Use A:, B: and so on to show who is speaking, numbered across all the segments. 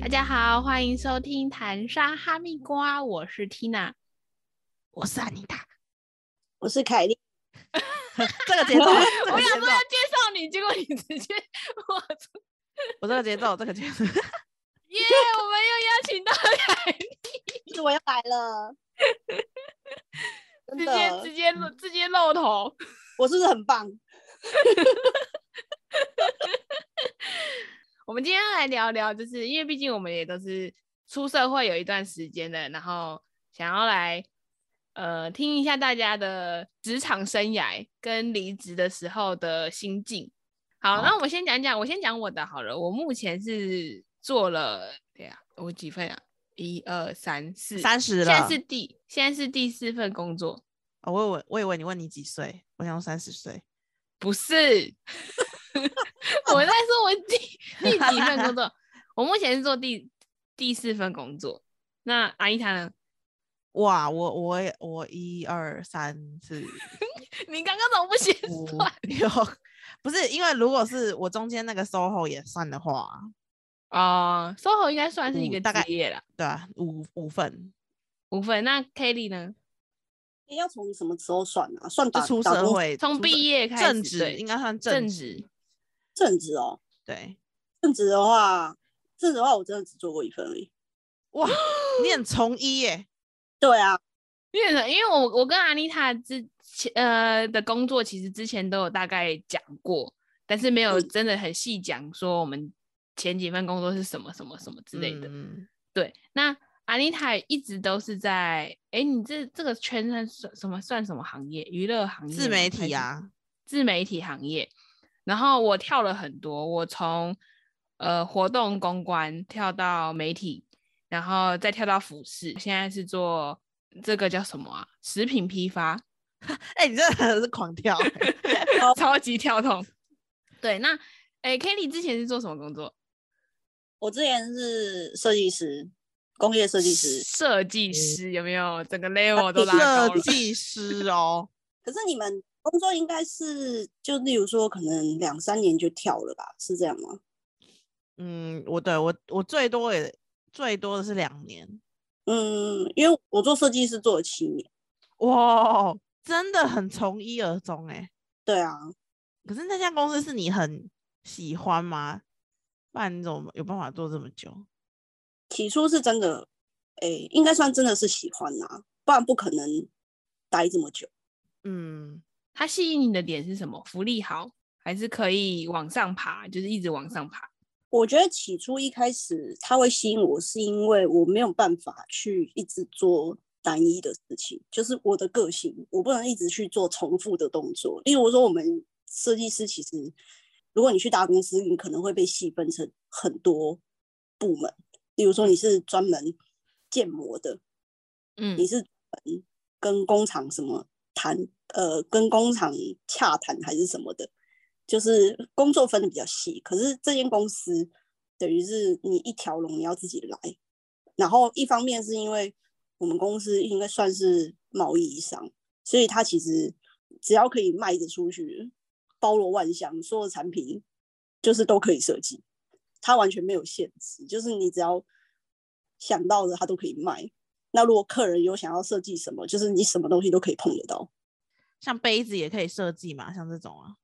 A: 大家好，欢迎收听《谈沙哈密瓜》，我是 Tina，我是安妮塔。
B: 我是凯莉，
C: 这个节 奏，这
A: 我想
C: 个节
A: 说
C: 奏
A: 要，介绍你，结果你直接我出
C: 我这个节奏，这个节奏，
A: 耶我们又邀请到凯莉，
B: 是我又来了，真
A: 直接直
B: 的，
A: 接露直接露头。
B: 我是不是很棒？
A: 我们今天来聊聊，就是因为毕竟我们也都是出社会有一段时间的，然后想要来呃听一下大家的职场生涯跟离职的时候的心境。好，那我先讲讲，我先讲我的好了。我目前是做了，对呀、我几份啊？一二三四，
C: 三十
A: 现在。
C: 了
A: 是第现在是第四份工作，
C: 哦我以为我以为你问你几岁，我想三十岁。
A: 不是， 我在说我第第几份工作， 我目前是做第第四份工作。那阿姨她呢？
C: 哇，我我也我一二三 四
A: 你刚刚怎么不先
C: 五
A: 算？
C: 六，不是因为如果是我中间那个 SOHO 也算的话，
A: 哦，SOHO 应该算是一
C: 五
A: 个
C: 大概
A: 职业了，
C: 对啊，五五份
A: 五份。那 Kelly 呢？
B: 你要从什么时候算啊？算
C: 就
B: 打
C: 出
B: 打
C: 社
B: 工
C: 会，
A: 从
C: 出
A: 毕业开始，
C: 正职
A: 对
C: 应该算
A: 正
C: 职，
A: 职，
B: 正职哦，
C: 对。
B: 正职的话，正职的话，我真的只做过一份而已。
C: 哇，你很从医耶，
B: 对啊，
A: 因为因为我我跟阿妮塔之前呃的工作，其实之前都有大概讲过，但是没有
B: 嗯
A: 真的很细讲说我们前几份工作是什么什么什么之类的。
C: 嗯
A: 对，那阿妮塔一直都是在，哎，你这这个圈算算什么算什么行业？娱乐行业吗、
C: 自媒
A: 还
C: 体
A: 是，
C: 啊，
A: 自媒体行业。然后我跳了很多，我从呃活动公关跳到媒体，然后再跳到服饰，现在是做这个叫什么啊？食品批发，
C: 哎、你真的是狂跳欸、
A: 超级跳痛。对，那哎 k e l l y 之前是做什么工作？
B: 我之前是设计师，工业设计师。
A: 设计师有没有？整个 level 都拉高
C: 设
A: 了。
C: 计师哦，
B: 可是你们工作应该是，就例如说，可能两三年就跳了吧？是这样吗？
C: 嗯，我对我我最多也最多的是两年，
B: 嗯，因为我做设计师做了七年。
C: 哇，真的很从一而终哎、
B: 对啊，
C: 可是那家公司是你很喜欢吗？不然你怎么有办法做这么久？
B: 起初是真的，哎、应该算真的是喜欢啦、不然不可能待这么久。
C: 嗯，
A: 它吸引你的点是什么？福利好，还是可以往上爬，就是一直往上爬？
B: 我觉得起初一开始它会吸引我，是因为我没有办法去一直做单一的事情，就是我的个性，我不能一直去做重复的动作。例如说，我们设计师其实，如果你去大公司，你可能会被细分成很多部门，例如说你是专门建模的，
A: 嗯
B: 你是嗯跟工厂什么谈，呃，跟工厂洽谈还是什么的，就是工作分的比较细。可是这间公司等于是你一条龙，你要自己来。然后一方面是因为我们公司应该算是贸易商，所以它其实只要可以卖得出去，包罗万象，所有的产品就是都可以设计，它完全没有限制，就是你只要想到的，它都可以卖。那如果客人有想要设计什么，就是你什么东西都可以碰得到。
C: 像杯子也可以设计嘛，像这种啊，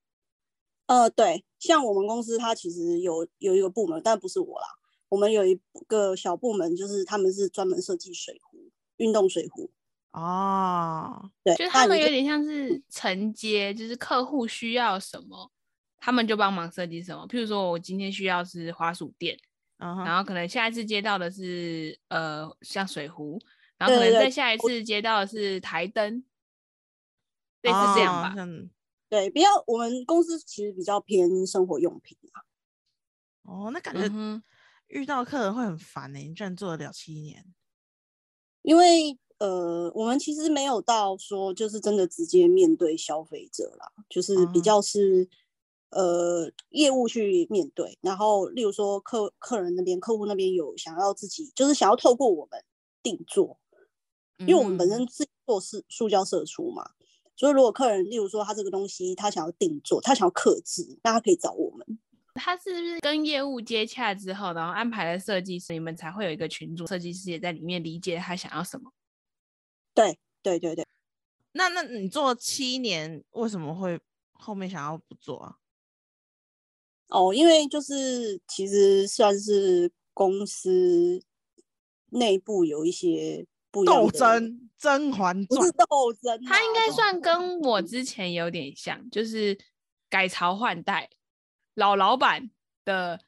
B: 呃，对，像我们公司它其实有有一个部门，但不是我啦，我们有一个小部门，就是他们是专门设计水壶，运动水壶。
C: 哦，
B: 对，
A: 就是
B: 那
A: 他
B: 你
A: 们有
B: 就
A: 点像是承接，就是客户需要什么，他们就帮忙设计什么。譬如说我今天需要是花鼠垫，
C: 嗯哼，
A: 然后可能下一次接到的是呃像水壶，然后可
B: 对
A: 能
B: 对
A: 再下一次接到的是台灯，类似这样
C: 哦
A: 吧。
C: 像
B: 对，比较我们公司其实比较偏生活用品啊。
C: 哦，那感觉
A: 嗯哼，
C: 遇到客人会很烦呢、你居然做得了七年，
B: 因为呃，我们其实没有到说就是真的直接面对消费者啦，就是比
C: 嗯
B: 较是、呃业务去面对，然后例如说客客人那边、客户那边有想要自己就是想要透过我们定做，因为我们本
A: 嗯
B: 身自己做是塑胶射出嘛，所以如果客人例如说他这个东西他想要定做，他想要克制，那他可以找我们，
A: 他是不是跟业务接洽之后，然后安排了设计师，你们才会有一个群组，设计师也在里面理解他想要什么？
B: 对对对，
C: 那那你做了七年，为什么会后面想要不做啊？
B: 哦，因为就是其实算是公司内部有一些不一样
C: 斗
B: 的，
C: 争《甄嬛
B: 不
C: 传
B: 是》斗争啊，
A: 他应该
B: 斗
A: 算跟我之前有点像，就是改朝换代，老老板的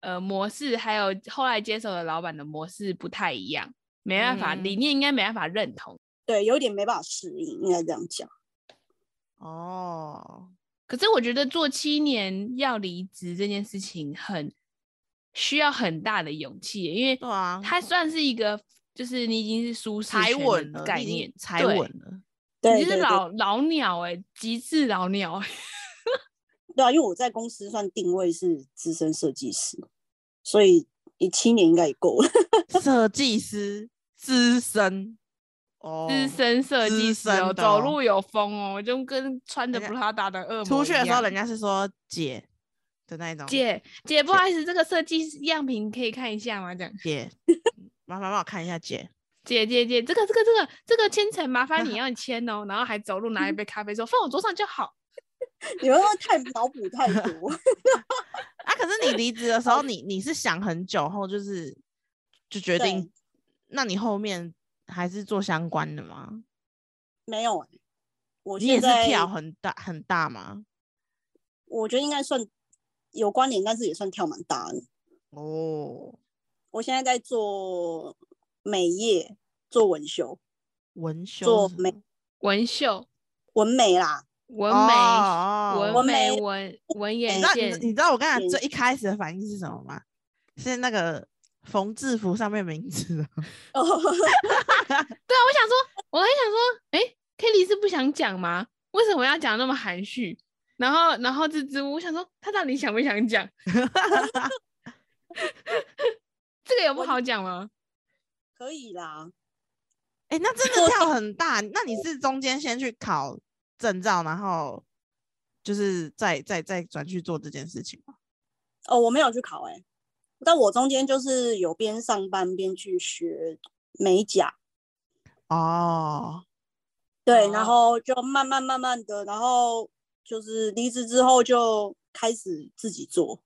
A: 呃模式，还有后来接手的老板的模式不太一样，没办法，
C: 嗯
A: 理念应该没办法认同。
B: 对，有点没办法适应，应该这样讲。
C: 哦，
A: 可是我觉得做七年要离职这件事情很需要很大的勇气耶，因为
C: 对啊，
A: 它算是一个，就是你已经是舒适
C: 踩
A: 圈的
C: 稳了，
A: 概
C: 你已经
A: 念，
C: 踩
A: 对
C: 稳，了。
B: 对
A: 你是
B: 对对
A: 老老鸟哎、极致老鸟、欸，
B: 对啊，因为我在公司算定位是资深设计师，所以你七年应该也够了。
C: 设计师资深哦，
A: 资深设
C: 资
A: 计师哦，
C: 深的
A: 走
C: 哦
A: 路有风哦，就跟穿着
C: 人
A: 布
C: 家
A: 拉达的恶魔
C: 出去的时候，人
A: 家
C: 家是说姐的那一种，
A: 姐姐，不好意思，这个设计师样品可以看一下吗？这样，
C: 姐，麻烦帮我看一下姐。
A: 姐姐姐，这个这个这个这个千层，麻烦你要签哦，然后还走路拿一杯咖啡说放我桌上就好。
B: 你们会不会太脑补太多？
C: 啊，可是你离职的时
A: 哦
C: 候，你你是想很久后，就是就决
B: 对
C: 定，那你后面还是做相关的吗？
B: 没有、欸，我
C: 你也
B: 现
C: 是
B: 在
C: 跳很大很大吗？
B: 我觉得应该算有关联，但是也算跳蛮大的。
C: 哦，
B: 我现在在做美业，做纹绣，
C: 文修
B: 做
C: 是
B: 美
C: 吗
A: 文秀、
B: 纹眉啦。
A: 文
C: 哦
A: 美、
C: 哦
A: 文
B: 我
A: 美、
B: 没
A: 文文
C: 你
A: 眼
C: 知道你
A: 线
C: 知，你知道我刚才
B: 眼
C: 最一开始的反应是什么吗？是那个缝制服上面名字的
B: 哦，
A: 对啊，我想说，我还想说，哎、k e l l y 是不想讲吗？为什么要讲那么含蓄？然后，然后支支吾吾，我想说他到底想不想讲？这个有不好讲吗？
B: 可以啦。
C: 哎、那真的跳很大。那你是中间先去考证照，然后就是再再再转去做这件事情吗？
B: 哦，我没有去考哎、但我中间就是有边上班边去学美甲，
C: 哦，
B: 对，
A: 哦
B: 然后就慢慢慢慢的，然后就是离职之后就开始自己做。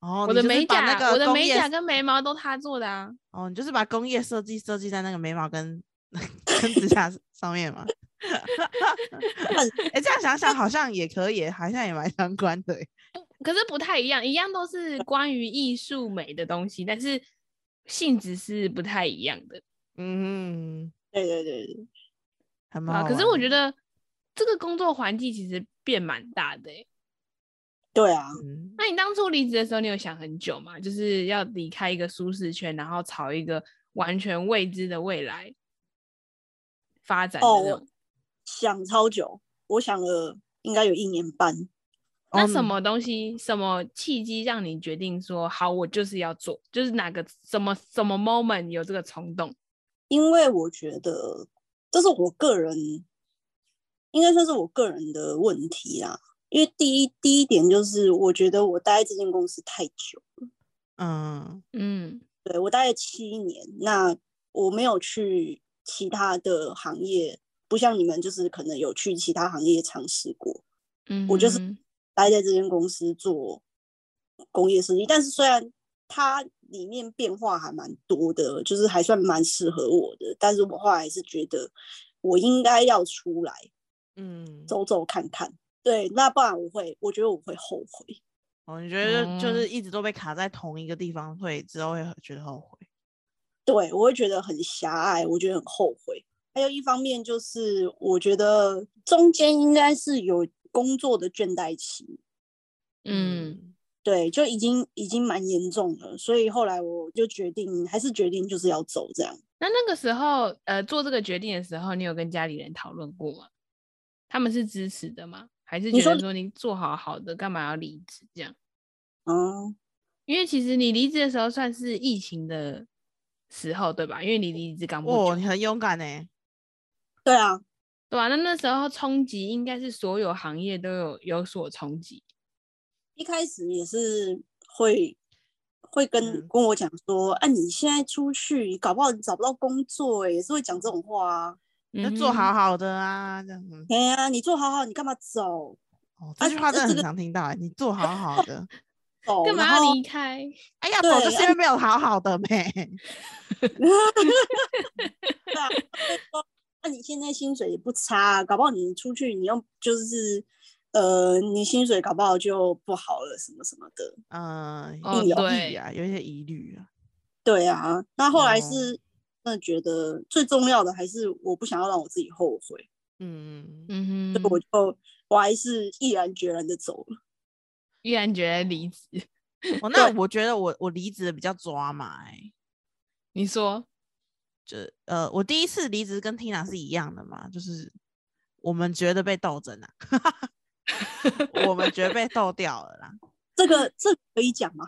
C: 哦，
A: 我的
C: 你就是
A: 美
C: 把
A: 甲，
C: 那个
A: 我的
C: 工
A: 美
C: 业
A: 甲跟眉毛都他做的啊。
C: 哦，你就是把工业设计设计在那个眉毛跟 跟指甲上面 嘛。哎、这样想想好像也可以，好像也蛮相关的。欸
A: 可是不太一样，一样都是关于艺术美的东西，但是性质是不太一样的
C: 嗯，
B: 对对对对，
C: 还蛮
A: 啊。
C: 好
A: 可是
C: 玩
A: 我觉
C: 的，
A: 得这个工作环境其实变蛮大的、欸，
B: 对啊，
C: 嗯，
A: 那你当初离职的时候，你有想很久吗？就是要离开一个舒适圈，然后朝一个完全未知的未来发展的
B: 哦
A: 那种。
B: 想超久，我想了应该有一年半。
A: 那
C: 哦
A: 什
C: 你
A: 么东西、什么契机让你决定说好，我就是要做？就是哪个什么什么 moment 有这个冲动？
B: 因为我觉得这是我个人，应该算是我个人的问题啦。因为第一第一点就是，我觉得我待在这间公司太久，
C: 嗯，
A: 嗯，
B: 对我待了七年，那我没有去其他的行业，不像你们就是可能有去其他行业尝试过，
A: 嗯
B: 我就是
A: 哼
B: 待在这间公司做工业设计。但是虽然它里面变化还蛮多的，就是还算蛮适合我的，但是我后来还是觉得我应该要出来
C: 嗯，
B: 走走看看。对，那不然我会，我觉得我会后悔。
C: 哦，你觉得就就是
A: 哦
C: 一直都被卡在同一个地方，会之后会很觉得后悔。
B: 对我会觉得很狭隘，我觉得很后悔。还有一方面就是，我觉得中间应该是有工作的倦怠期，
A: 嗯，
B: 对，就已经已经蛮严重了，所以后来我就决定，还是决定就是要走这样。
A: 那那个时候呃做这个决定的时候，你有跟家里人讨论过吗？他们是支持的吗？还是
B: 你
A: 觉得
B: 说
A: 说你做好好的，干嘛要离职这样？
B: 哦，
A: 因为其实你离职的时候算是疫情的时候，对吧？因为你离职刚不久，
C: 哇，嗯哦你很勇敢呢、欸
B: 对啊，
A: 对吧、那那时候冲击应该是所有行业都有有所冲击。
B: 一开始也是会会跟、
C: 嗯
B: 跟我讲说，哎、你现在出去，搞不好你找不到工作、欸，也是会讲这种话啊。
A: 嗯
C: 就做好好的啊，这样子。
B: 哎呀、你做好好，你干嘛走
C: 哦，
B: 啊
C: 这句话
B: 这
C: 真的
B: 这
C: 很
B: 个
C: 常听到、欸，你做好好的，
B: 走？
A: 干嘛
B: 然
A: 要
B: 后
A: 离开？
C: 哎呀，走
B: 对
C: 就是
B: 啊
C: 因为没有好好的呗。
B: 对啊，会说那、你现在薪水也不差，搞不好你出去，你又就是呃，你薪水搞不好就不好了，什么什么的。
C: 嗯，
A: 哦
C: 有疑
A: 对
C: 啊，有一些疑虑啊。
B: 对啊，那后来
C: 哦
B: 是真的觉得最重要的还是我不想要让我自己后悔，
C: 嗯，
A: 嗯
B: 所以
A: 哼，
B: 我就我还是毅然决然的走了。
A: 毅然决然离职。
C: 哦，那我觉得我我离职的比较抓马、欸，
A: 你说，
C: 就呃，我第一次离职跟 Tina 是一样的嘛，就是我们觉得被斗争啊， 我们觉得被斗掉了啦，
B: 这个这个可以讲吗？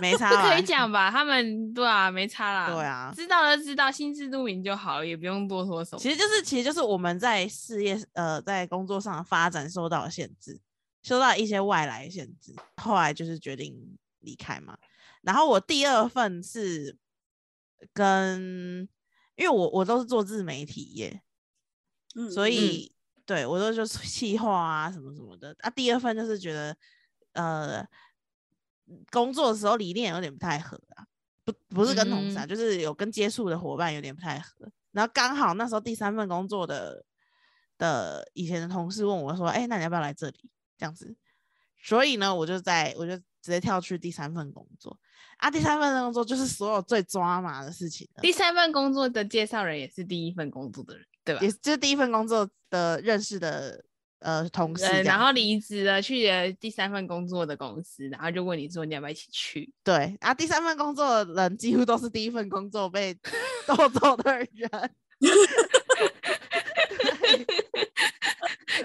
C: 没差
A: 不
C: 啦，
A: 可以讲吧？他们对啊，没差啦。
C: 对啊
A: 知道了知道，心知肚明就好了，也不用多说什么。
C: 其实就是，其实就是我们在事业呃，在工作上的发展受到了限制，受到一些外来限制，后来就是决定离开嘛。然后我第二份是跟，因为我我都是做自媒体业，
B: 嗯，
C: 所以、对我都就是企划啊什么什么的。啊，第二份就是觉得呃，工作的时候理念有点不太合啊，不不是跟同事啊，
A: 嗯
C: 就是有跟接触的伙伴有点不太合。然后刚好那时候第三份工作的的以前的同事问我说：“哎、那你要不要来这里？”这样子，所以呢，我就在我就直接跳去第三份工作啊。第三份工作就是所有最抓马的事情了，
A: 第三份工作的介绍人也是第一份工作的人，对吧？
C: 也就是第一份工作的认识的呃同事这
A: 呃，
C: 样子，
A: 然后离职了，去了第三份工作的公司，然后就问你说你要不要一起去？
C: 对，啊，第三份工作的人几乎都是第一份工作被 斗走的人，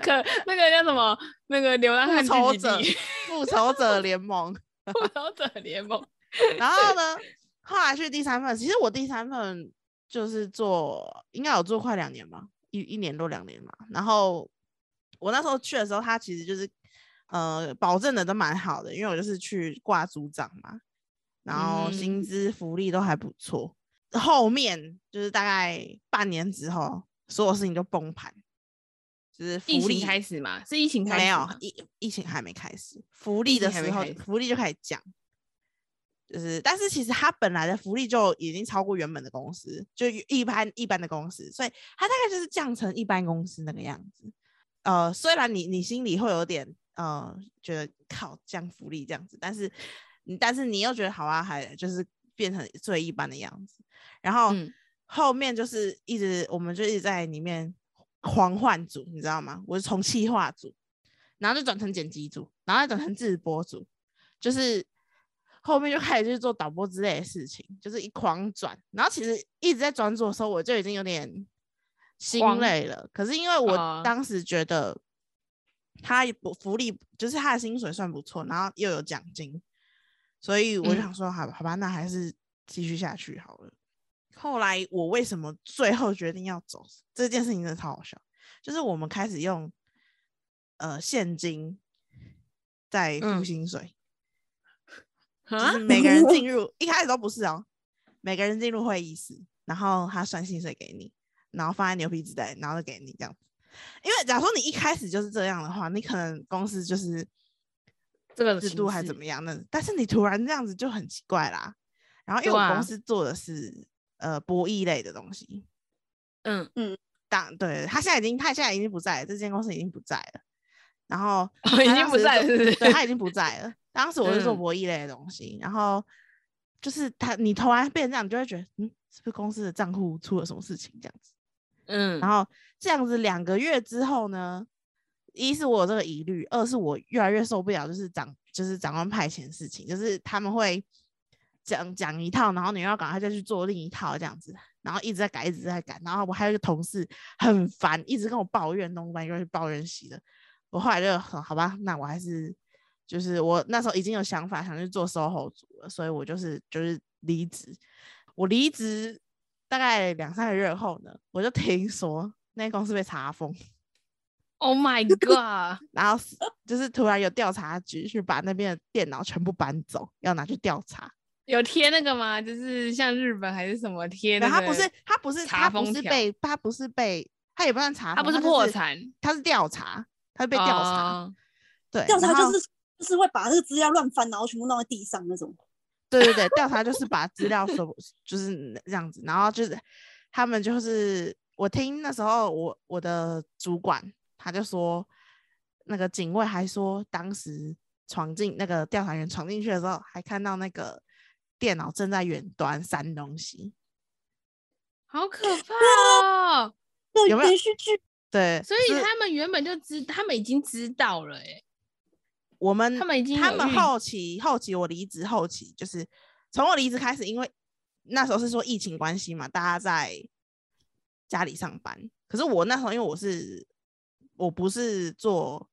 A: 可那个叫什么？那个流浪汉
C: 复
A: 聚
C: 仇
A: 集
C: 者
A: 地
C: 复仇者联盟。
A: 复仇者联 盟。
C: 然后呢，后来去第三份，其实我第三份就是做，应该有做快两年吧，一一年多两年嘛。然后我那时候去的时候，他其实就是呃保证的都蛮好的，因为我就是去挂组长嘛，然后薪
A: 嗯
C: 资福利都还不错。后面就是大概半年之后，所有事情就崩盘，就是
A: 疫
C: 福利
A: 情开始嘛，是疫情开始
C: 没有
A: 吗
C: 疫疫情还没开始，福利
A: 情
C: 的
A: 还
C: 时
A: 没
C: 候
A: 开始
C: 福利就开始降，就是但是其实他本来的福利就已经超过原本的公司，就一般一般的公司，所以他大概就是降成一般公司那个样子。呃，虽然你你心里会有点呃觉得靠降福利这样子，但是你但是你又觉得好啊，还就是变成最一般的样子。然后
A: 嗯
C: 后面就是一直我们就一直在里面狂换组，你知道吗？我是从企划组，然后就转成剪辑组，然后再转成制播组，就是后面就开始就是做导播之类的事情，就是一狂转。然后其实一直在转组的时候，我就已经有点心
A: 慌
C: 累了。可是因为我
A: 啊
C: 当时觉得他也不福利，就是他的薪水算不错，然后又有奖金，所以我就
A: 嗯
C: 想说，好吧好吧，那还是继续下去好了。后来我为什么最后决定要走这件事情真的超好笑，就是我们开始用呃现金在付
A: 嗯
C: 薪水，就
A: 啊
C: 是，每个人 进入一开始都不是哦，每个人进入会议室，然后他算薪水给你，然后放在牛皮纸袋，然后就给你这样子。因为假如说你一开始就是这样的话，你可能公司就是
A: 这个
C: 制
A: 形
C: 度还
A: 式
C: 怎么样呢？但是你突然这样子就很奇怪啦。然后因为
A: 对
C: 我公
A: 啊
C: 司做的是、呃博弈类的东西，
A: 嗯，
C: 当对他现在已经他现在已经不在了，这间公司已经不在了。然后
A: 哦已经
C: 他当
A: 不
C: 时
A: 在
C: 做
A: 了是不
C: 对
A: 是
C: 他已经不在了。当时我是做
A: 嗯
C: 博弈类的东西，然后就是他你突然变成这样，你就会觉得嗯，是不是公司的账户出了什么事情这样子？
A: 嗯，
C: 然后这样子两个月之后呢，一是我有这个疑虑，二是我越来越受不了，就是长就是长官派遣的事情，就是他们会讲讲一套，然后你要赶快再去做另一套这样子，然后一直在改，一直在改。然后我还有一个同事很烦，一直跟我抱怨东搬又去抱怨西的。我后来就好好吧，那我还是就是我那时候已经有想法想去做售后组了，所以我就是就是离职。我离职大概两三个月后呢，我就听说那公司被查封，
A: Oh my god！
C: 然后是就是突然有调查局去把那边的电脑全部搬走，要拿去调查。
A: 有贴那个吗？就是像日本还是什么贴、那
C: 然
A: 个？
C: 后他不是他不是
A: 查
C: 他不
A: 封
C: 是
A: 条
C: 被他不是被他也不算查封，
A: 他不是
C: 就
A: 破，产，
C: 他是调查，他是被调查。
A: 哦
C: 对，
B: 调查
C: 然
B: 就
C: 后
B: 是就是会把这个资料乱翻，然后全部弄在地上那种。
C: 对对对，调查就是把资料所就是那这样子，然后就是他们就是我听那时候我我的主管他就说，那个警卫还说当时闯进那个调查员闯进去的时候，还看到那个电脑正在远端删东西，
A: 好 可怕哦！
B: 那
C: 有没有
B: 连续剧
C: 对，
A: 所以
C: 是
A: 他们原本就知，他们已经知道了、欸，
C: 我们
A: 他们已经
C: 嗯他
A: 有
C: 们
A: 预
C: 后期后期我离职后期就是从我离职开始，因为那时候是说疫情关系嘛，大家在家里上班。可是我那时候因为我是我不是做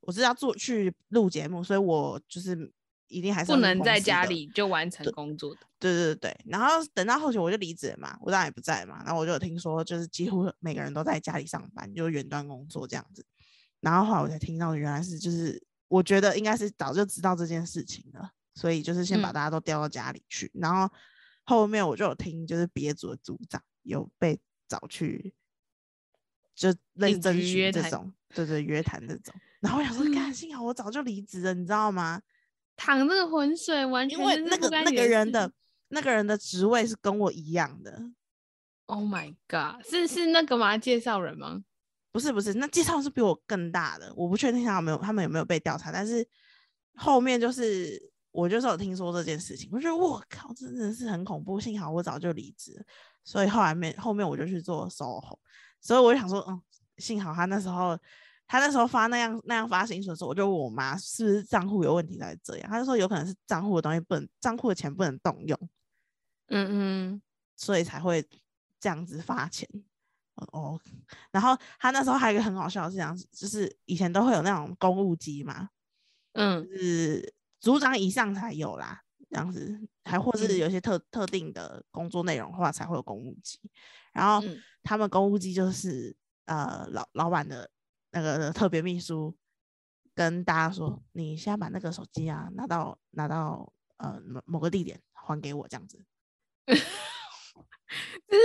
C: 我是要做去录节目，所以我就是一定还是
A: 不
C: 要去
A: 能
C: 公
A: 在
C: 司
A: 家
C: 的
A: 里就完成工作的。
C: 对对对，然后等到后期我就离职了嘛，我当然也不在嘛，然后我就有听说，就是几乎每个人都在家里上班，就是远端工作这样子。然后后来我才听到，原来是就是我觉得应该是早就知道这件事情了，所以就是先把
A: 嗯
C: 大家都调到家里去。然后后面我就有听，就是别组的组长有被找去，就类似
A: 警
C: 征
A: 局约
C: 询这
A: 谈嗯
C: 种，对对约谈这种。然后我想说，干，幸好我早就离职了，你知道吗？
A: 淌这个浑水，完全
C: 因为
A: 就是
C: 那
A: 不
C: 个
A: 干
C: 那
A: 你
C: 个人
A: 事
C: 的那个人的职位是跟我一样的，
A: ，Oh my god，是是那个吗？介绍人吗？
C: 不是不是，那介绍是比我更大的，我不确定他有没有他们有没有被调查，但是后面就是我就是有听说这件事情，我觉得我靠，真的是很恐怖，幸好我早就离职了，所以后来面后面我就去做 SOHO，所以我就想说，嗯，幸好他那时候。他那时候发那样那样发薪水的时候，我就问我妈是不是账户有问题才会这样，她就说有可能是账户的东西不能，账户的钱不能动用，
A: 嗯嗯，
C: 所以才会这样子发钱。哦哦，然后他那时候还有一个很好笑的事情，就是以前都会有那种公务机嘛，
A: 嗯，
C: 就是组长以上才有啦，这样子，还或是
A: 嗯
C: 有一些特特定的工作内容的话才会有公务机。然后
A: 嗯
C: 他们公务机就是呃老老板的那个特别秘书跟大家说，你现在把那个手机啊拿到拿到呃某某个地点还给我这样子。
A: 这是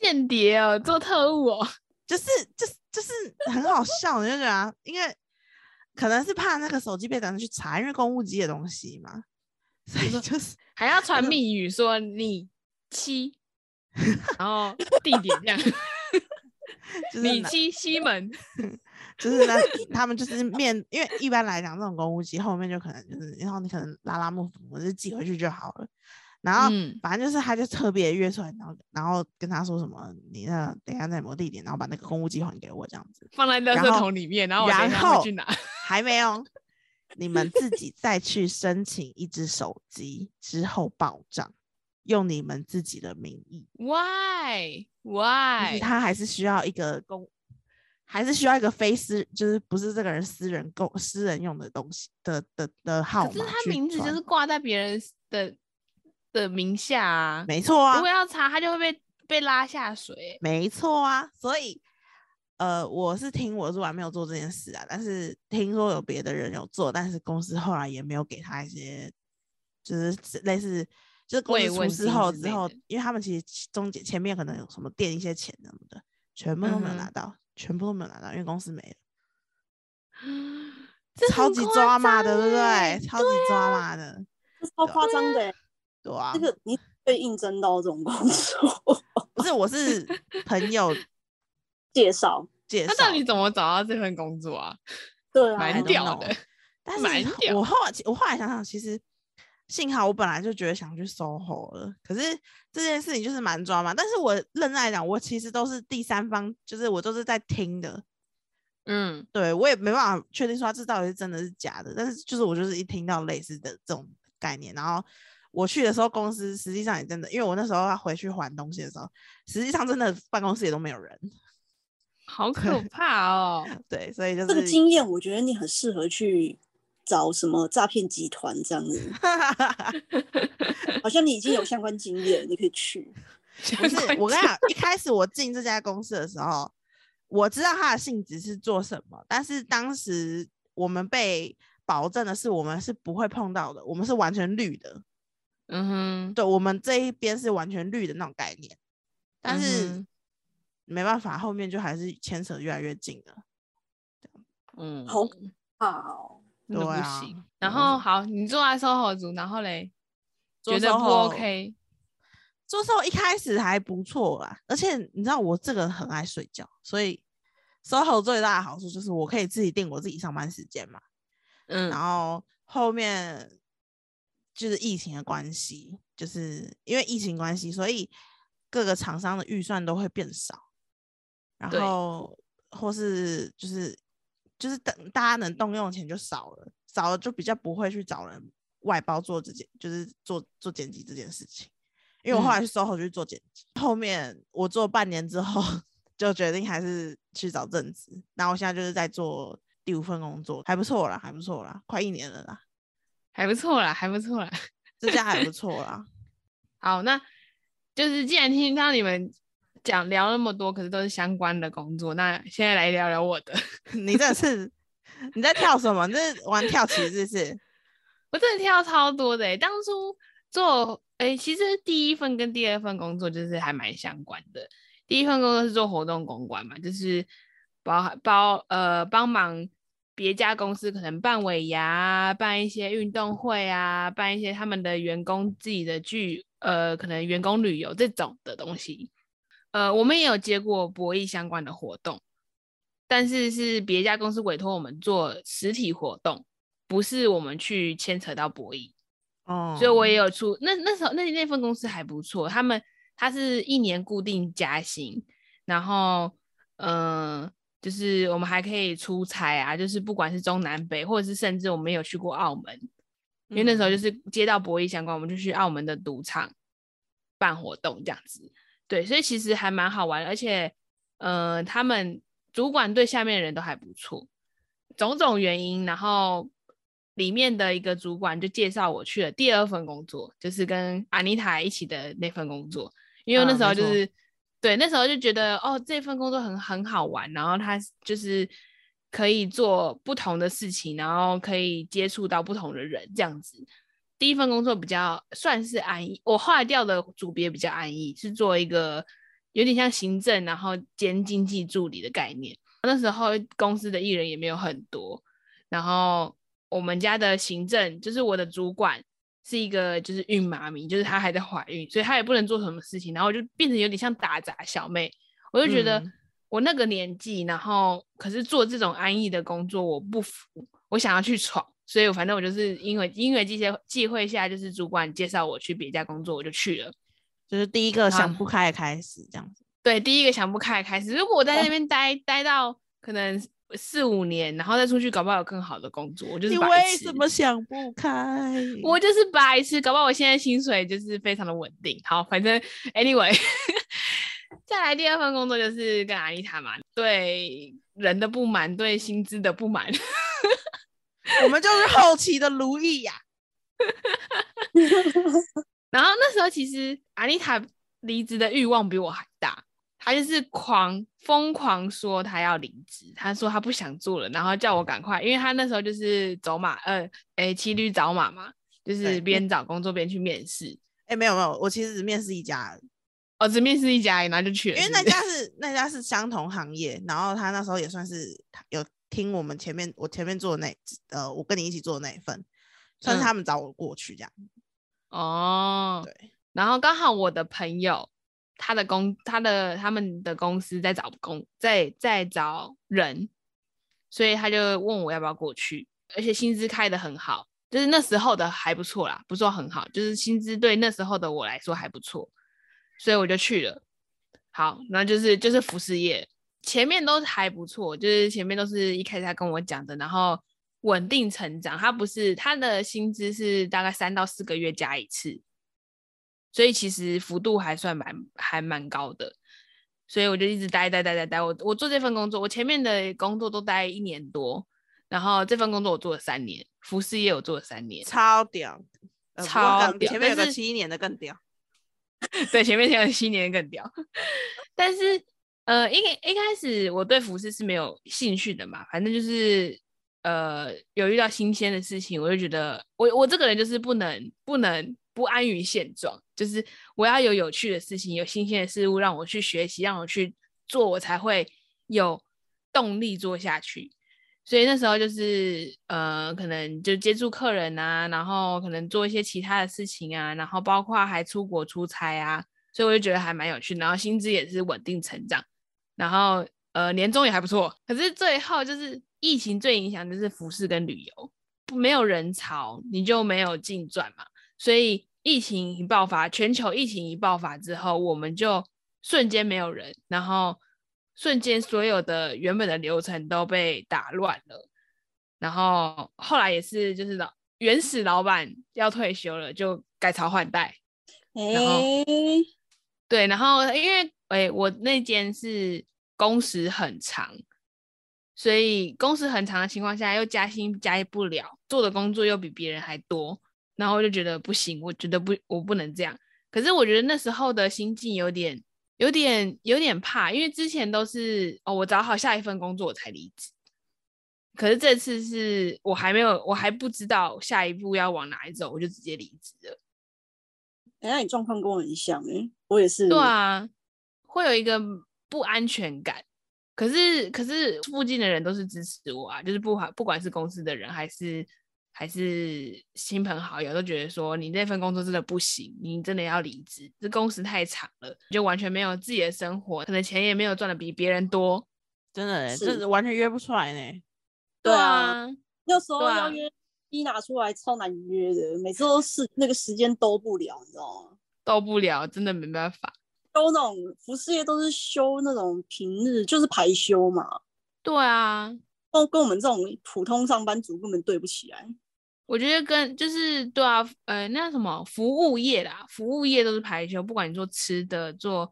A: 间谍哦，做特务哦，
C: 就是就是就是很好笑，你就觉得啊，因为可能是怕那个手机被拿去查，因为公务机的东西嘛，所以 就是
A: 还要传密语说你七，然后地点 这样，
C: 就是
A: 你
C: 拿
A: 七西门，
C: 就是那他们就是面，因为一般来讲这种公务机后面就可能就是，然后你可能拉拉幕府，我就寄回去就好了。然后
A: 嗯
C: 反正就是他就特别约出来，然后然后跟他说什么，你那等一下在某地点，然后把那个公务机还给我这样子。
A: 放在垃
C: 然
A: 圾
C: 后
A: 桶里面，然后我等一
C: 然
A: 下
C: 后
A: 会去拿。
C: 还没有，你们自己再去申请一只手机之后报账，用你们自己的名义。
A: Why
C: 但是
A: Why？
C: 他还是需要一个公，还是需要一个非私，就是不是这个人私人公私人用的东西的的的号码
A: 可
C: 去
A: 是
C: 传。
A: 他名字就是挂在别人的的名下啊，
C: 没错啊
A: 如果，要查，他就会被被拉下水。欸
C: 没错啊，所以。呃，我是听我主管没有做这件事啊，但是听说有别的人有做，但是公司后来也没有给他一些，就是类似就是公
A: 慰
C: 司出
A: 问
C: 事
A: 金
C: 后
A: 之
C: 之
A: 类
C: 后
A: 的，
C: 因为他们其实其中间前面可能有什么垫一些钱什么的，全部都没有
A: 嗯哼
C: 拿到，全部都没有拿到，因为公司没了。
A: 这
C: 超
A: 很
C: 级
A: 夸
C: 抓马
A: 张
C: 的，对不
A: 欸
C: 对？超级抓马的，
B: 这超夸张的欸、
C: 啊对啊。
B: 这个你被应征到这种工作
C: 不是，我 是朋友
B: 介绍，
C: 介绍
A: 他
C: 的，
A: 到底怎么找到这份工作啊？
B: 对啊，
A: 蛮
C: I don't
A: 屌
C: know
A: 的。
C: 但
A: 蛮
C: 是
A: 屌
C: 我后来我后来想想，其实幸好我本来就觉得想去 SOHO 了，可是这件事情就是蛮抓马。但是我认真来讲，我其实都是第三方，就是我都是在听的，
A: 嗯，
C: 对我也没办法确定说它这到底是真的是假的，但是就是我就是一听到类似的这种概念，然后我去的时候，公司实际上也真的，因为我那时候要回去还东西的时候，实际上真的办公室也都没有人，
A: 好可怕哦！
C: 对，所以就
B: 这个
C: 是
B: 经验，我觉得你很适合去找什么诈骗集团这 样子，好像你已经有相关经验，你可以去。
C: 不是
A: 相关
C: 我跟
A: 经
C: 你讲，一开始我进这家公司的时候，我知道它的性质是做什么，但是当时我们被保证的是，我们是不会碰到的，我们是完全绿的。
A: 嗯哼，
C: 对我们这一边是完全绿的那种概念，但是、
A: 嗯哼
C: 没办法，后面就还是牵扯越来越近了。
A: 嗯，
B: 好可怕哦！
A: 真的
C: 对
A: 不
C: 啊
A: 行。然
C: 嗯
A: 后好，你做完 SOHO 族，然后嘞，
C: 做
A: 觉得不
C: SOHO
A: OK，
C: 做时候一开始还不错啦，而且你知道我这个人很爱睡觉，所以 SOHO 最大的好处就是我可以自己定我自己上班时间嘛。
A: 嗯
C: 然后后面就是疫情的关系，就是因为疫情关系，所以各个厂商的预算都会变少，然
A: 对
C: 后或是就是就是等大家能动用的钱就少了，少了就比较不会去找人外包做这件，就是做做剪辑这件事情。
A: 嗯
C: 因为我后来去 SOHO 去做剪辑，后面我做半年之后 就决定还是去找正职，然后我现在就是在做第五份工作，还不错啦，还不错啦，快一年了啦，
A: 还不错啦，还不错啦。
C: 这家还不错啦。
A: 好，那就是既然听到你们讲聊那么多，可是都是相关的工作，那现在来聊聊我的。
C: 你这是你在跳什么？你这是玩跳棋是不是？
A: 我真的跳超多的、欸，当初做哎、其实第一份跟第二份工作就是还蛮相关的。第一份工作是做活动公关嘛，就是包包呃帮忙别家公司可能办尾牙啊、办一些运动会啊、办一些他们的员工自己的聚呃可能员工旅游这种的东西。呃，我们也有接过博弈相关的活动，但是是别家公司委托我们做实体活动。不是我们去牵扯到博弈，
C: 哦
A: 所以我也有出那那时候那那份公司还不错，他们他是一年固定加薪，然后嗯、呃就是我们还可以出差啊，就是不管是中南北，或者是甚至我们有去过澳门，因为那时候就是接到博弈相关，我们就去澳门的赌场办活动这样子。对，所以其实还蛮好玩的，而且呃，他们主管对下面的人都还不错，种种原因，然后里面的一个主管就介绍我去了第二份工作，就是跟安妮塔一起的那份工作，因为那
C: 嗯
A: 时候
C: 没
A: 就
C: 错
A: 是、对，那时候就觉得哦，这份工作很很好玩，然后它就是可以做不同的事情，然后可以接触到不同的人这样子。第一份工作比较算是安逸，我后来调的组别比较安逸，是做一个有点像行政，然后兼经济助理的概念。那时候公司的艺人也没有很多，然后我们家的行政就是我的主管是一个就是孕妈咪，就是她还在怀孕，所以她也不能做什么事情，然后我就变成有点像打杂小妹。我就觉得
C: 嗯
A: 我那个年纪，然后可是做这种安逸的工作我不服，我想要去闯，所以我反正我就是因为因为这些忌讳下，就是主管介绍我去别家工作，我就去了。
C: 就是第一个想
A: 啊
C: 不开的开始这样子。
A: 对，第一个想不开的开始。如果我在那边待待到可能四五年，然后再出去，搞不好有更好的工作，我就是
C: 你
A: 白
C: 为
A: 痴
C: 什么想不开？
A: 我就是白痴，搞不好我现在薪水就是非常的稳定。好，反正 anyway，再来第二份工作就是跟阿丽塔嘛，对人的不满，对薪资的不满，
C: 我们就是后期的如意呀、
A: 然后那时候其实阿丽塔离职的欲望比我还大，她就是狂疯狂说她要离职，她说她不想做了，然后叫我赶快，因为她那时候就是走马，呃，诶，骑驴找马嘛，就是
C: 对
A: 边找工作边去面试，
C: 哎、没有没有，我其实只面试一家而已，
A: 哦，只面试一家而已，然后就去了，
C: 因为
A: 是不
C: 那
A: 是
C: 家是那家是相同行业，然后他那时候也算是有听我们前面我前面做的那呃，我跟你一起做的那一份，算
A: 嗯
C: 是他们找我过去这样。
A: 哦，
C: 对，
A: 然后刚好我的朋友，他的公他的他们的公司在找工在在找人，所以他就问我要不要过去，而且薪资开的很好，就是那时候的还不错啦，不说很好，就是薪资对那时候的我来说还不错，所以我就去了。好，然后就是就是服饰业，前面都还不错，就是前面都是一开始他跟我讲的，然后稳定成长。他不是他的薪资是大概三到四个月加一次，所以其实幅度还算蛮还蛮高的。所以我就一直待待待待待，我我做这份工作，我前面的工作都待一年多，然后这份工作我做了三年，服饰业我做了三年，
C: 超屌，呃不过
A: 超
C: 刚
A: 屌
C: 前面有
A: 但
C: 个
A: 是
C: 七一年的更屌，
A: 对，前面讲的新年更屌，但是呃，一开一开始我对服饰是没有兴趣的嘛，反正就是呃有遇到新鲜的事情，我就觉得我我这个人就是不能不能不安于现状，就是我要有有趣的事情，有新鲜的事物让我去学习，让我去做，我才会有动力做下去。所以那时候就是呃，可能就接触客人啊，然后可能做一些其他的事情啊，然后包括还出国出差啊，所以我就觉得还蛮有趣，然后薪资也是稳定成长，然后呃年终也还不错。可是最后就是疫情最影响就是服饰跟旅游，不没有人潮你就没有净赚嘛，所以疫情一爆发，全球疫情一爆发之后，我们就瞬间没有人，然后。瞬间，所有的原本的流程都被打乱了。然后后来也是，就是老原始老板要退休了，就改朝换代。然后
B: 哎、
A: 对，然后因为哎、我那间是工时很长，所以工时很长的情况下，又加薪加不了，做的工作又比别人还多，然后我就觉得不行，我觉得不，我不能这样。可是我觉得那时候的心境有点、有点、有点怕，因为之前都是哦，我找好下一份工作我才离职。可是这次是我还没有，我还不知道下一步要往哪里走，我就直接离职了。
B: 哎那你状况跟我很像哎、我也是。
A: 对啊，会有一个不安全感。可是，可是附近的人都是支持我啊，就是不管不管是公司的人还是还是亲朋好友，都觉得说你那份工作真的不行，你真的要离职，这工时太长了，就完全没有自己的生活，可能钱也没有赚的比别人多。
C: 真的欸，
B: 是
C: 这完全约不出来呢。
B: 对啊
A: 啊，
B: 那时候
A: 对
B: 要
A: 啊
B: 约一拿出来超难约的，每次都是那个时间兜不了，你知道吗？
A: 斗啊不了，真的没办法。
B: 休那种服饰业都是休那种平日，就是排休嘛，
A: 对啊，
B: 哦，跟我们这种普通上班族根本对不起来。
A: 我觉得跟就是对啊，呃，那什么服务业啦，服务业都是排休，不管你做吃的、做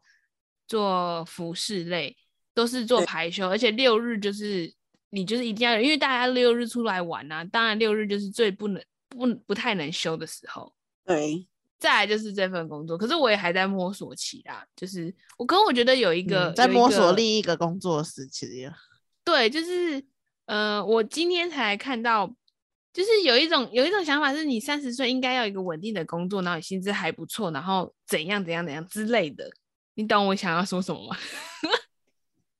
A: 做服饰类，都是做
B: 对
A: 排休，而且六日就是你就是一定要有，因为大家六日出来玩啊，当然六日就是最不能不不太能休的时候。
B: 对，
A: 再来就是这份工作，可是我也还在摸索期啦，就是我可我觉得有一个、
C: 嗯在
A: 有一
C: 摸索
A: 个
C: 另一个工作时期了，
A: 对，就是呃，我今天才看到，就是有一种有一种想法是，你三十岁应该要有一个稳定的工作，然后你薪资还不错，然后怎样怎样怎样之类的。你懂我想要说什么吗？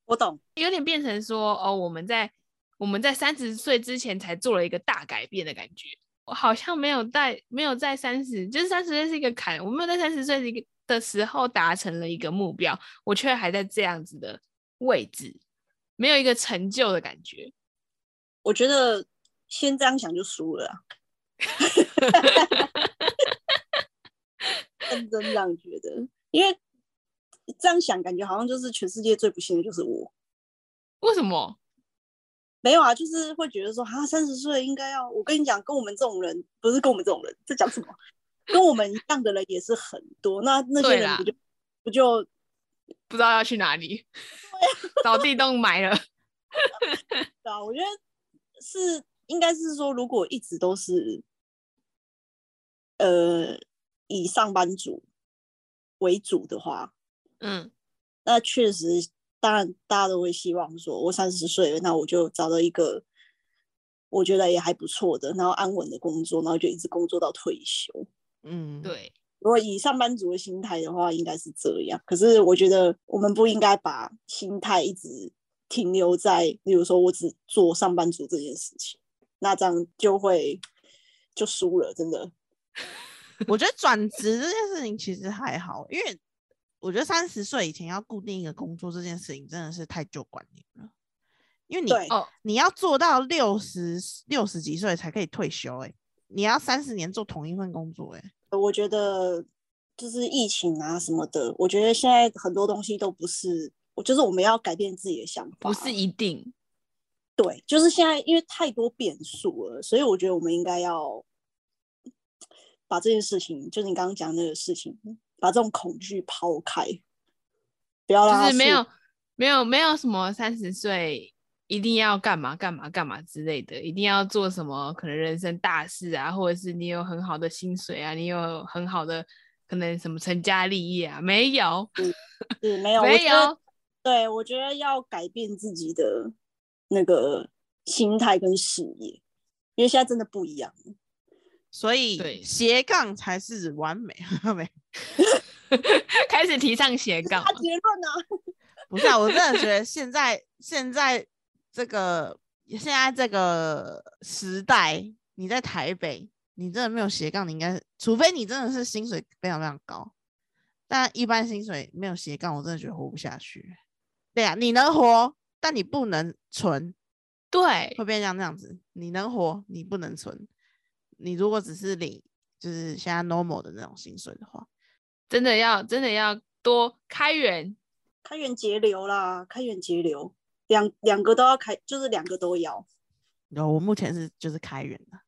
B: 我懂。
A: 有点变成说，哦，我们在我们在三十岁之前才做了一个大改变的感觉。我好像没有在没有在三十，就是三十岁是一个坎，我没有在三十岁的一个的时候达成了一个目标，我却还在这样子的位置，没有一个成就的感觉。
B: 我觉得先这样想就输了啊、认真这样觉得，因为这样想感觉好像就是全世界最不幸的就是我。
A: 为什么？
B: 没有啊，就是会觉得说，啊，三十岁应该要……我跟你讲，跟我们这种人不是跟我们这种人，在讲什么？跟我们一样的人也是很多，那那些
A: 对
B: 人
A: 啦
B: 不就不就
A: 不知道要去哪里，
B: 啊
A: 找地洞埋了。
B: 对啊，我觉得是应该是说，如果一直都是呃以上班族为主的话，
A: 嗯，
B: 那确实，当然大家都会希望说，我三十岁了，那我就找到一个我觉得也还不错的，然后安稳的工作，然后就一直工作到退休。
C: 嗯，，
A: 对，
B: 如果以上班族的心态的话，应该是这样。可是我觉得我们不应该把心态一直停留在，例如说我只做上班族这件事情，那这样就会就输了，真的。
C: 我觉得转职这件事情其实还好，因为我觉得三十岁以前要固定一个工作这件事情真的是太旧观念了，因为你
B: 对，
A: 哦，
C: 你要做到六十六十几岁才可以退休、欸，你要三十年做同一份工作、欸，
B: 我觉得就是疫情啊什么的，我觉得现在很多东西都不是，我就是我们要改变自己的想法，
A: 不是一定。
B: 对，就是现在因为太多变数了，所以我觉得我们应该要把这件事情，就你刚刚讲那个事情，把这种恐惧抛开，不要让
A: 就
B: 它
A: 是没
B: 束
A: 有没有没有什么三十岁一定要干嘛干嘛干嘛之类的，一定要做什么可能人生大事啊，或者是你有很好的薪水啊，你有很好的可能什么成家立业啊，没有
B: 是没有我
A: 没
B: 觉得
A: 有，
B: 对，我觉得要改变自己的那个心态跟视野，因为现在真的不一样。
C: 所以
A: 对
C: 斜杠才是完美， 没
A: 开始提倡斜 杠
B: 大
A: 了，
B: 结论啊，
C: 不是啊，我真的觉得现在现在这个现在这个时代，你在台北，你真的没有斜杠，你应该除非你真的是薪水非常非常高，但一般薪水没有斜杠，我真的觉得活不下去。对啊，你能活，但你不能存，
A: 对
C: 会变成这样子。你能活，你不能存。你如果只是领就是现在 normal 的那种薪水的话，
A: 真的要真的要多开源，
B: 开源节流啦，开源节流，两两个都要开，就是两个都要。
C: 有我目前是就是开源的。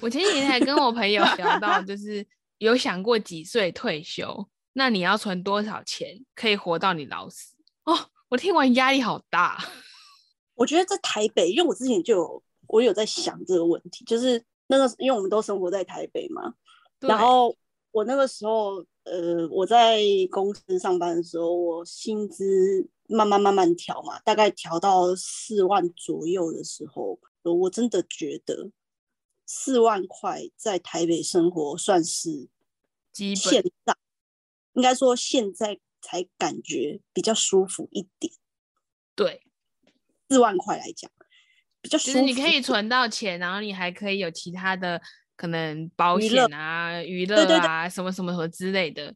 A: 我前几天还跟我朋友聊到，就是有想过几岁退休，那你要存多少钱可以活到你老死？哦，我听完压力好大。
B: 我觉得在台北，因为我之前就有我有在想这个问题，就是那个因为我们都生活在台北嘛，然
A: 对
B: 后我那个时候，呃，我在公司上班的时候，我薪资慢慢慢慢调嘛，大概调到四万左右的时候，呃我真的觉得四万块在台北生活算是
A: 基本
B: 现在，应该说现在才感觉比较舒服一点。
A: 对，
B: 四万块来讲，比较舒
A: 就
B: 服
A: 是你
B: 一点。
A: 可以存到钱，然后你还可以有其他的可能保
B: 娱乐
A: 险啊、娱
B: 对
A: 乐
B: 对
A: 啊、什么什么什么之类的。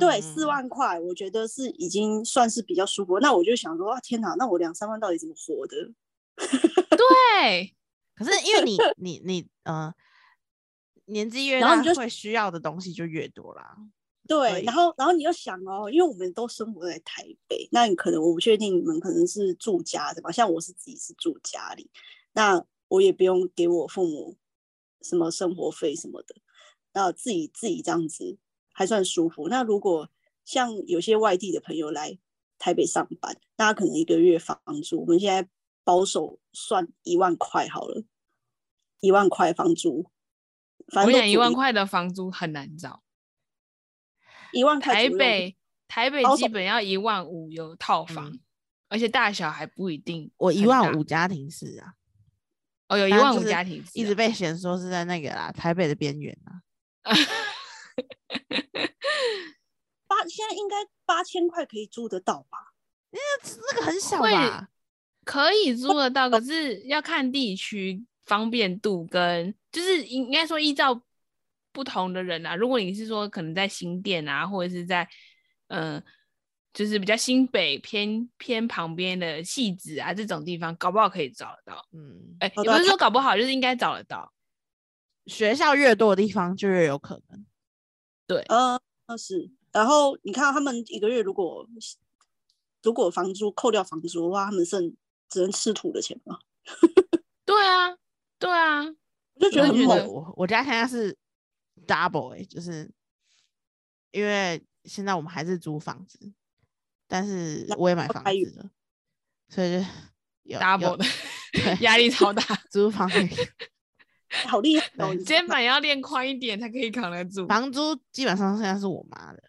B: 对，
C: 嗯
B: 四，万块，我觉得是已经算是比较舒服。那我就想说，啊，天哪，那我两三万到底怎么活的？
A: 对，
C: 可是因为 你你你呃，年纪越
B: 然后
C: 大
B: 你，就
C: 会需要的东西就越多啦。
B: 对，
C: 对
B: 然后然后你要想哦，因为我们都生活在台北，那你可能我不确定你们可能是住家的吧，像我是自己是住家里，那我也不用给我父母什么生活费什么的，那自己自己这样子还算舒服。那如果像有些外地的朋友来台北上班，那他可能一个月房租，我们现在保守算一万块好了，一万块房租，
A: 我
B: 反
A: 跟
B: 正
A: 你讲，
B: 都
A: 一
B: 住
A: 万块的房租很难找，
B: 一万块
A: 台
B: 左右
A: 北台北
B: 保
A: 基
B: 守嗯
A: 本要一万五有套房，而且大小还不一定很大。
C: 我一万五家庭式啊，
A: 哦，有一
C: 当然
A: 万
C: 就
A: 五
C: 是
A: 家庭
C: 一
A: 是
C: 直
A: 啊
C: 被嫌说是在那个啦台北的边缘啊。
B: 八，现在应该八千块可以租得到吧？
C: 那那个很小
A: 会
C: 吧？
A: 可以租得到，可是要看地区方便度跟，就是应该说依照不同的人啊。如果你是说可能在新店啊，或者是在嗯、呃就是比较新北偏偏旁边的戏子啊这种地方，搞不好可以找得到。
C: 嗯，
A: 哎、
B: 哦
A: 也
B: 对啊
A: 不是说搞不好，就是应该找得到。
C: 学校越多的地方就越有可能。
B: 呃，那是。然后你看他们一个月如果如果房租扣掉房租的话，他们剩只能吃土的钱嘛，
A: 对啊，对啊，
B: 我就
C: 我
B: 觉得
A: 就
B: 很
C: 觉
A: 猛
C: 得我我家现在是 double 哎、就是因为现在我们还是租房子，但是
B: 然
C: 我也买
B: 后
C: 房
B: 还有
C: 子了，所以就有有
A: double 的
C: 对
A: 压力超大，
C: 租房子
B: 好厉害哦！
C: 对
B: 你
A: 肩膀要练宽一点才可以扛得住。
C: 房租基本上现在是我妈的，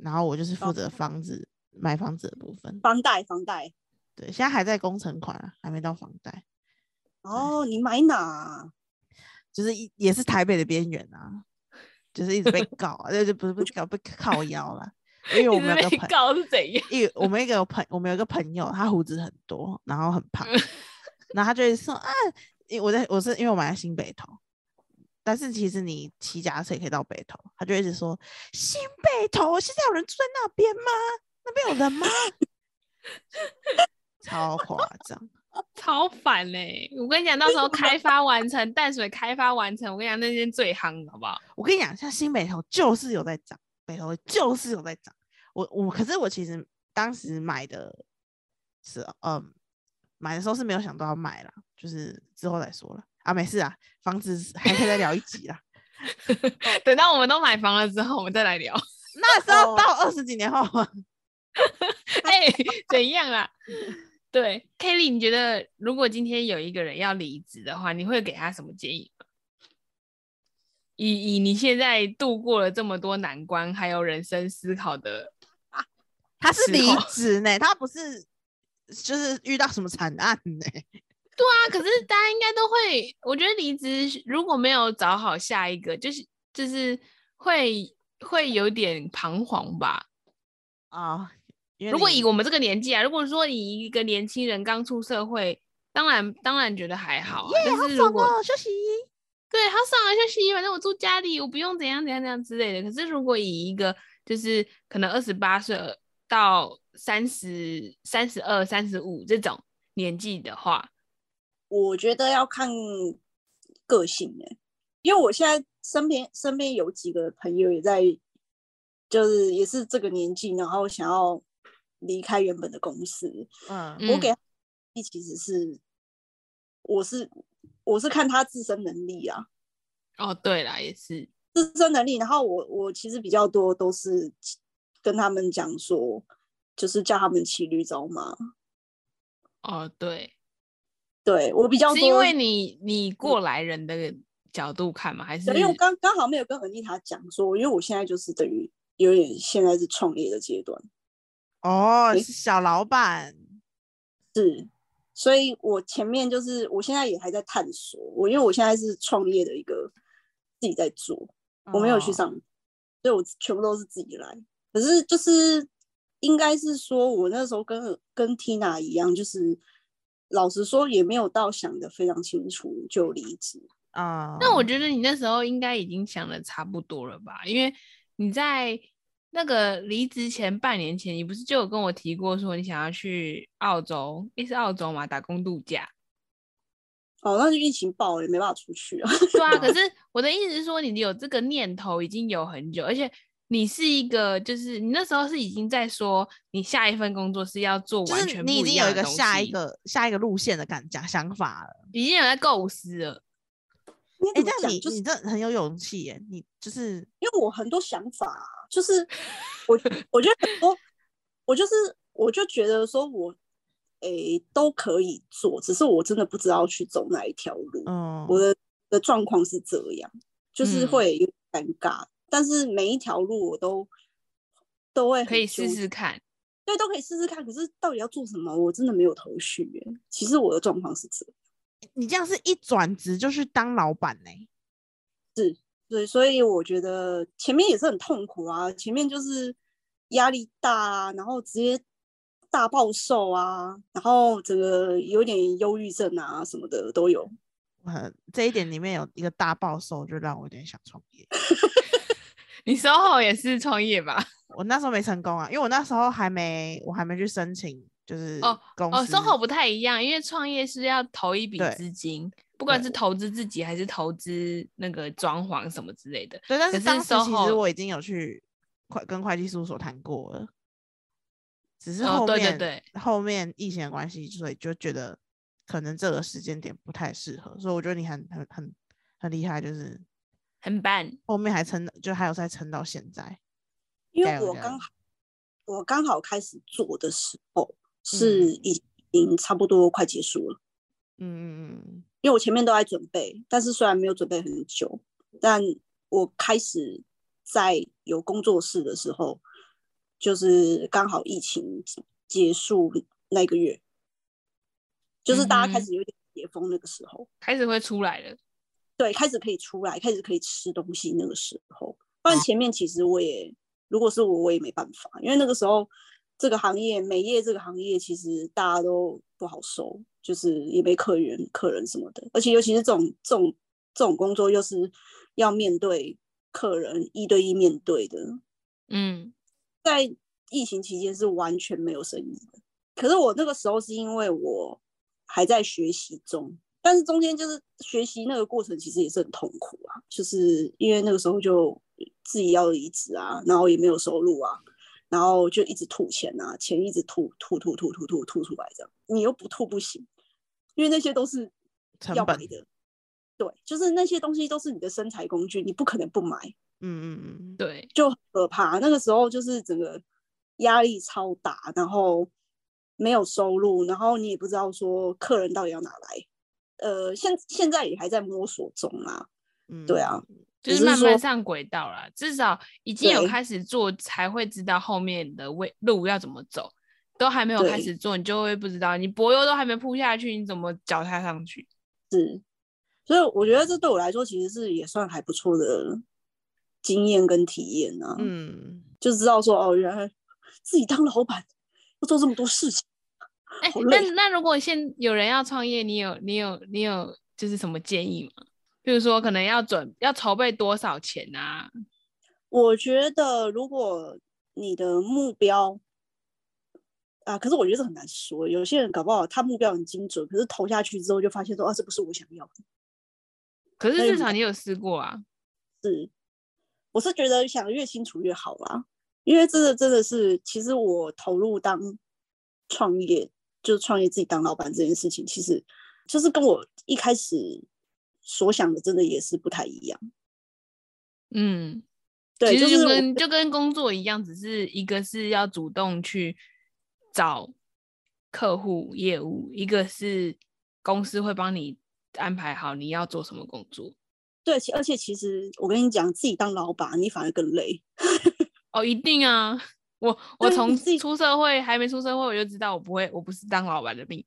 C: 然后我就是负
B: 哦
C: 责房子买房子的部分。
B: 房贷房贷
C: 对，现在还在工程款啊，还没到房贷，
B: 哦，你买哪啊？
C: 就是一也是台北的边缘啊，就是一直被 告啊，就是不是被告被 靠腰啦，因为我
A: 一直
C: 们有个
A: 被
C: 朋
A: 告是怎样？
C: 一我们一个有朋，我们有个朋友，他胡子很多，然后很胖，然后他就会说啊，因为我在我是因为我们在新北投，但是其实你骑脚踏车也可以到北投，他就一直说新北投现在有人住在那边吗？那边有人吗？ 超夸张，
A: 超烦嘞、我跟你讲，到时候开发完成，淡水开发完成，我跟你讲，那间最夯，好不好？
C: 我跟你讲，像新北投就是有在涨，北投就是有在涨。我我可是我其实当时买的是嗯，买的时候是没有想到要买啦，就是之后再说了啊，没事啊，房子是还可以再聊一集 啦。
A: 等到我们都买房了之后，我们再来聊。
C: 那时候
B: 哦
C: 到二十几年后，
A: 哎、怎样啦？对，Kelly，你觉得如果今天有一个人要离职的话，你会给他什么建议吗？以以你现在度过了这么多难关，还有人生思考的
C: 他是
A: 时
C: 离
A: 候
C: 职呢，他不是就是遇到什么惨案呢？
A: 对啊，可是大家应该都会，我觉得离职如果没有找好下一个，就是就是会会有点彷徨吧。
C: 啊、因为
A: 如果
C: 你
A: 以我们这个年纪啊，如果说以一个年轻人刚出社会，当然当然觉得还好、啊，但是如
C: 爽
A: 果、
C: 哦，休息。
A: 对好爽啊，休息，反正我住家里，我不用怎样怎样怎样之类的。可是如果以一个就是可能二十八岁到三十三十二、三十五这种年纪的话，
B: 我觉得要看个性诶、因为我现在身边身边有几个朋友也在，就是也是这个年纪，然后想要离开原本的公司。
C: 嗯
B: 我
A: 嗯
B: 给他的其实是，我是我是看他自身能力啊，
A: 哦，对啦，也是，
B: 自身能力。然后我我其实比较多都是跟他们讲说，就是叫他们骑驴找马。
A: 哦，对，
B: 对我比较多
A: 是因为你你过来人的角度看吗？还是
B: 对，因为我刚刚好没有跟恩妮塔讲说，因为我现在就是等于有点现在是创业的阶段，
C: 哦，
B: 诶
C: 是小老板，
B: 所以我前面就是我现在也还在探索，我因为我现在是创业的一个自己在做，我没有去
C: 哦，
B: 上，所以我全部都是自己来。可是就是应该是说，我那时候跟跟 Tina 一样，就是老实说也没有到想的非常清楚就离职。
C: 啊、
A: 那我觉得你那时候应该已经想的差不多了吧？因为你在那个离职前半年前，你不是就有跟我提过说你想要去澳洲，诶是澳洲嘛，打工度假？
B: 哦，那就疫情爆了，也没 办法出去啊。
A: 对啊， 可是我的意思是说，你有这个念头已经有很久，而且你是一个，就是你那时候是已经在说你下一份工作是要做
C: 就
A: 完
C: 是
A: 全
C: 你已
A: 不
C: 经
A: 样
C: 有一
A: 的
C: 个
A: 东
C: 下一
A: 西，
C: 个下一个路线的感讲想法了。
A: 已经有在构思 了。
C: 哎、
B: 应该怎么
C: 但
B: 讲
C: 你、
B: 就是
C: 你这很有勇气耶，你就是
B: 因为我很多想法啊，就是我我觉得很多，我就是我就觉得说我诶、都可以做，只是我真的不知道去走哪一条路。
C: 嗯，
B: 我的的状况是这样，就是
A: 嗯
B: 会有点尴尬，但是每一条路我都都会
A: 可以
B: 很
A: 试
B: 纠
A: 试看。
B: 对，都可以试试看。可是到底要做什么，我真的没有头绪耶。其实我的状况是这样，
C: 你这样是一转职就是当老板呢、
B: 对，所以我觉得前面也是很痛苦啊，前面就是压力大啊，然后直接大暴瘦啊，然后整个有点忧郁症啊什么的都有。
C: 呃，这一点里面有一个大暴瘦，就让我有点想创业。
A: 你 稍后也是创业吧？
C: 我那时候没成功啊，因为我那时候还没，我还没去申请，就是公司
A: 哦，收后不太一样，因为创业是要投一笔
C: 对
A: 资金，不管
C: 对
A: 是投资自己还是投资那个装潢什么之类的。
C: 对，但
A: 可
C: 是
A: 是
C: 当时
A: 售
C: 其实
A: 后
C: 我已经有去会跟会计事务所谈过了，只是
A: 哦
C: 后
A: 对对
C: 面、
A: 对
C: 后面疫情的关系，所以就觉得可能这个时间点不太适合，所以我觉得你很很很很厉害，就是
A: 很棒，
C: 后面还撑，就还有再撑到现在。
B: 因
C: 加
B: 为
C: 油
B: 我
C: 加油
B: 刚好我刚好开始做的时候
A: 嗯
B: 是已经差不多快结束了，
C: 嗯嗯嗯
B: 因为我前面都在准备，但是虽然没有准备很久，但我开始在有工作室的时候，就是刚好疫情结束那个月，就是大家开
A: 嗯哼
B: 始有点解封那个时候，
A: 开始会出来了。
B: 对，开始可以出来，开始可以吃东西那个时候，不然前面其实我也，如果是我，我也没办法，因为那个时候这个行业，美业这个行业其实大家都不好收，就是也没客源、客人什么的，而且尤其是这种这种这种工作，又是要面对客人一对一面对的，
A: 嗯，
B: 在疫情期间是完全没有生意的。可是我那个时候是因为我还在学习中，但是中间就是学习那个过程其实也是很痛苦啊，就是因为那个时候就自己要离职啊，然后也没有收入啊，然后就一直吐钱啊，钱一直吐吐吐吐吐吐吐出来这样，你又不吐不行，因为那些都是
C: 成
B: 要买
C: 本
B: 的。对，就是那些东西都是你的生财工具，你不可能不买。
C: 嗯嗯嗯，
A: 对，
B: 就很可怕。那个时候就是整个压力超大，然后没有收入，然后你也不知道说客人到底要哪来。呃，现现在也还在摸索中啦、
C: 嗯
B: 对啊，
A: 就
B: 只
A: 是慢
B: 是
A: 慢
B: 说
A: 上轨道啦，至少已经有
B: 对
A: 开始做，才会知道后面的位路要怎么走。都还没有开
B: 对
A: 始做，你就会不知道，你柏油都还没铺下去，你怎么脚踏上去？
B: 所以我觉得这对我来说其实是也算还不错的经验跟体验啊，
C: 嗯，
B: 就知道说哦，原来自己当老板要做这么多事情，
A: 哎、
B: 好
A: 那
B: 累
A: 那如果现有人要创业，你有你有你有就是什么建议吗？比如说，可能要准要筹备多少钱啊？
B: 我觉得如果你的目标啊，可是我觉得这很难说。有些人搞不好他目标很精准，可是投下去之后就发现说啊，这不是我想要的。
A: 可是
B: 那
A: 至
B: 你
A: 少
B: 的
A: 你有试过啊，
B: 我是觉得想得越清楚越好啦，因为真的真的是，其实我投入当创业，就创业自己当老板这件事情，其实就是跟我一开始所想的真的也是不太一样。
A: 嗯，
B: 对，
A: 其实
B: 是
A: 就
B: 我
A: 跟就跟工作一样，只是一个是要主动去找客户业务，一个是公司会帮你安排好你要做什么工作。
B: 对，其而且其实我跟你讲，自己当老板你反而更累。
A: 哦，一定啊！ 我我
B: 对
A: 从
B: 你自己
A: 出社会还没出社会，我就知道我不会，我不是当老板的命。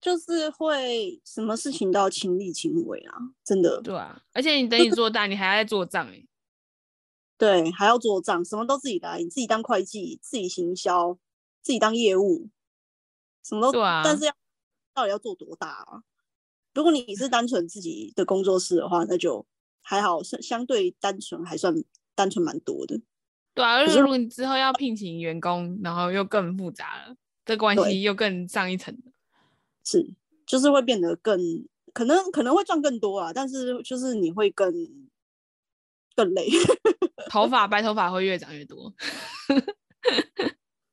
B: 就是会什么事情都要亲力亲为啊，真的，
A: 对啊，而且你等你做大，你还在做账哎、
B: 对，还要做账，什么都自己来，你自己当会计，自己行销，自己当业务，什么都，
A: 对啊
B: 但是要到底要做多大啊？如果你是单纯自己的工作室的话，那就还好，是相对单纯，还算单纯蛮多的。
A: 对啊，而
B: 可
A: 且
B: 是
A: 如果你之后要聘请员工，然后又更复杂了，这关
B: 对
A: 系又更上一层了。
B: 是，就是会变得更可能可能会赚更多啊，但是就是你会更更累。
A: 头发白头发会越长越多。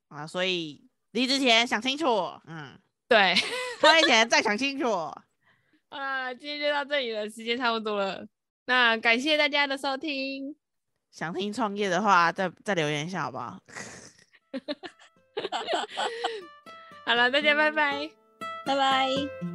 C: 啊，所以离职前想清楚，嗯，
A: 对，
C: 创业前再想清楚。
A: 啊，今天就到这里了，时间差不多了。那感谢大家的收听，
C: 想听创业的话，再再留言一下好不好？
B: 嗯
A: 好了，大家拜拜。
B: 拜拜。